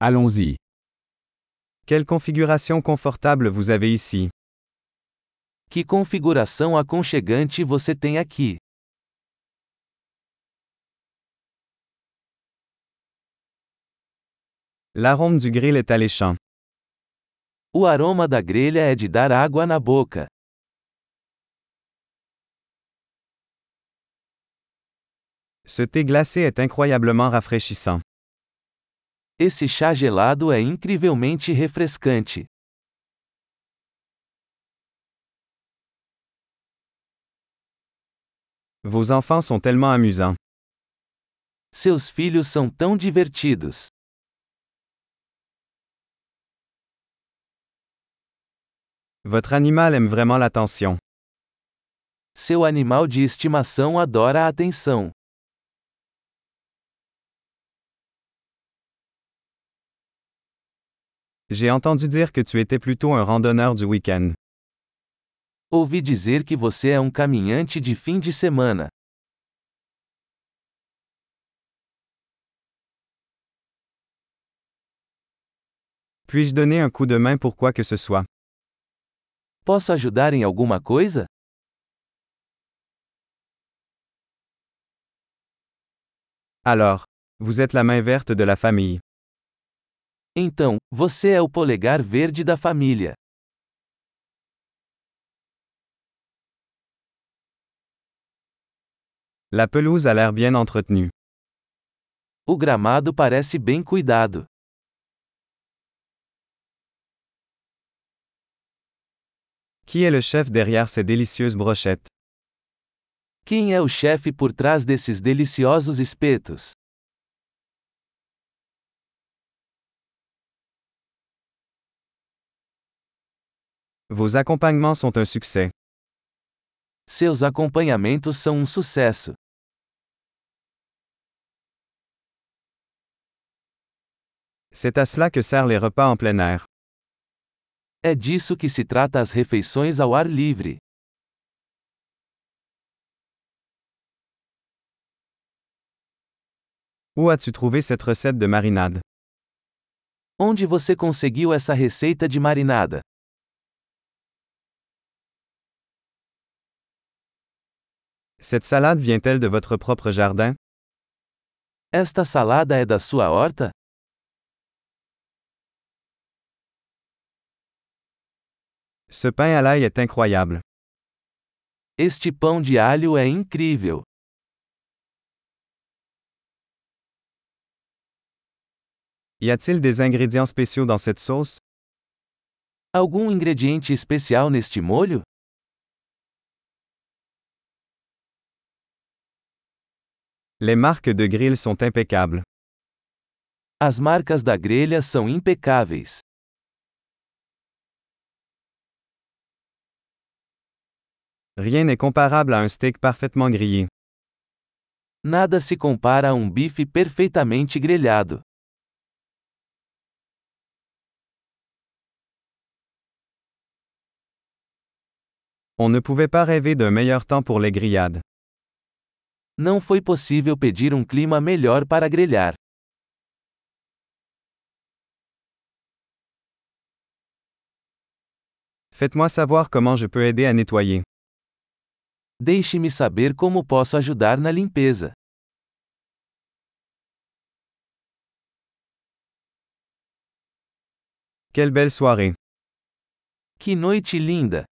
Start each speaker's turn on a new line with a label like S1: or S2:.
S1: Allons-y.
S2: Quelle configuration confortable vous avez ici.
S3: Que configuração aconchegante você tem aqui.
S2: L'arôme du grill est alléchant.
S3: O aroma da grelha é de dar água na boca.
S2: Ce thé glacé est incroyablement rafraîchissant.
S3: Esse chá gelado é incrivelmente refrescante.
S2: Vos enfants sont tellement amusants.
S3: Seus filhos são tão divertidos.
S2: Votre animal aime vraiment l'attention.
S3: Seu animal de estimação adora a atenção.
S2: J'ai entendu dire que tu étais plutôt un randonneur du week-end.
S3: Ouvi dizer que você é um caminhante de fim de semana.
S2: Puis-je donner un coup de main pour quoi que ce soit?
S3: Posso ajudar em alguma coisa?
S2: Alors, vous êtes la main verte de la famille.
S3: Então, você é o polegar verde da família.
S2: La pelouse a l'air bien entretenue.
S3: O gramado parece bem cuidado.
S2: Qui est le chef derrière ces délicieuses brochettes?
S3: Quem é o chefe por trás desses deliciosos espetos?
S2: Vos accompagnements sont un succès.
S3: Seus acompanhamentos são um sucesso.
S2: C'est à cela que servent les repas en plein air.
S3: É disso que se trata as refeições ao ar livre.
S2: Où as-tu trouvé cette recette de marinade?
S3: Onde você conseguiu essa receita de marinada?
S2: Cette salade vient-elle de votre propre jardin?
S3: Esta salada é da sua horta?
S2: Ce pain à l'ail est incroyable.
S3: Este pão de alho é incrível.
S2: Y a-t-il des ingrédients spéciaux dans cette sauce?
S3: Algum ingrediente especial neste molho?
S2: Les marques de grill sont impeccables.
S3: As marcas da grelha são impecáveis.
S2: Rien n'est comparable à un steak parfaitement grillé.
S3: Nada se compara a um bife perfeitamente grelhado.
S2: On ne pouvait pas rêver d'un meilleur temps pour les grillades.
S3: Não foi possível pedir um clima melhor para grelhar.
S2: Faites-moi savoir comment je peux aider à nettoyer.
S3: Deixe-me saber como posso ajudar na limpeza.
S2: Quelle belle soirée!
S3: Que noite linda!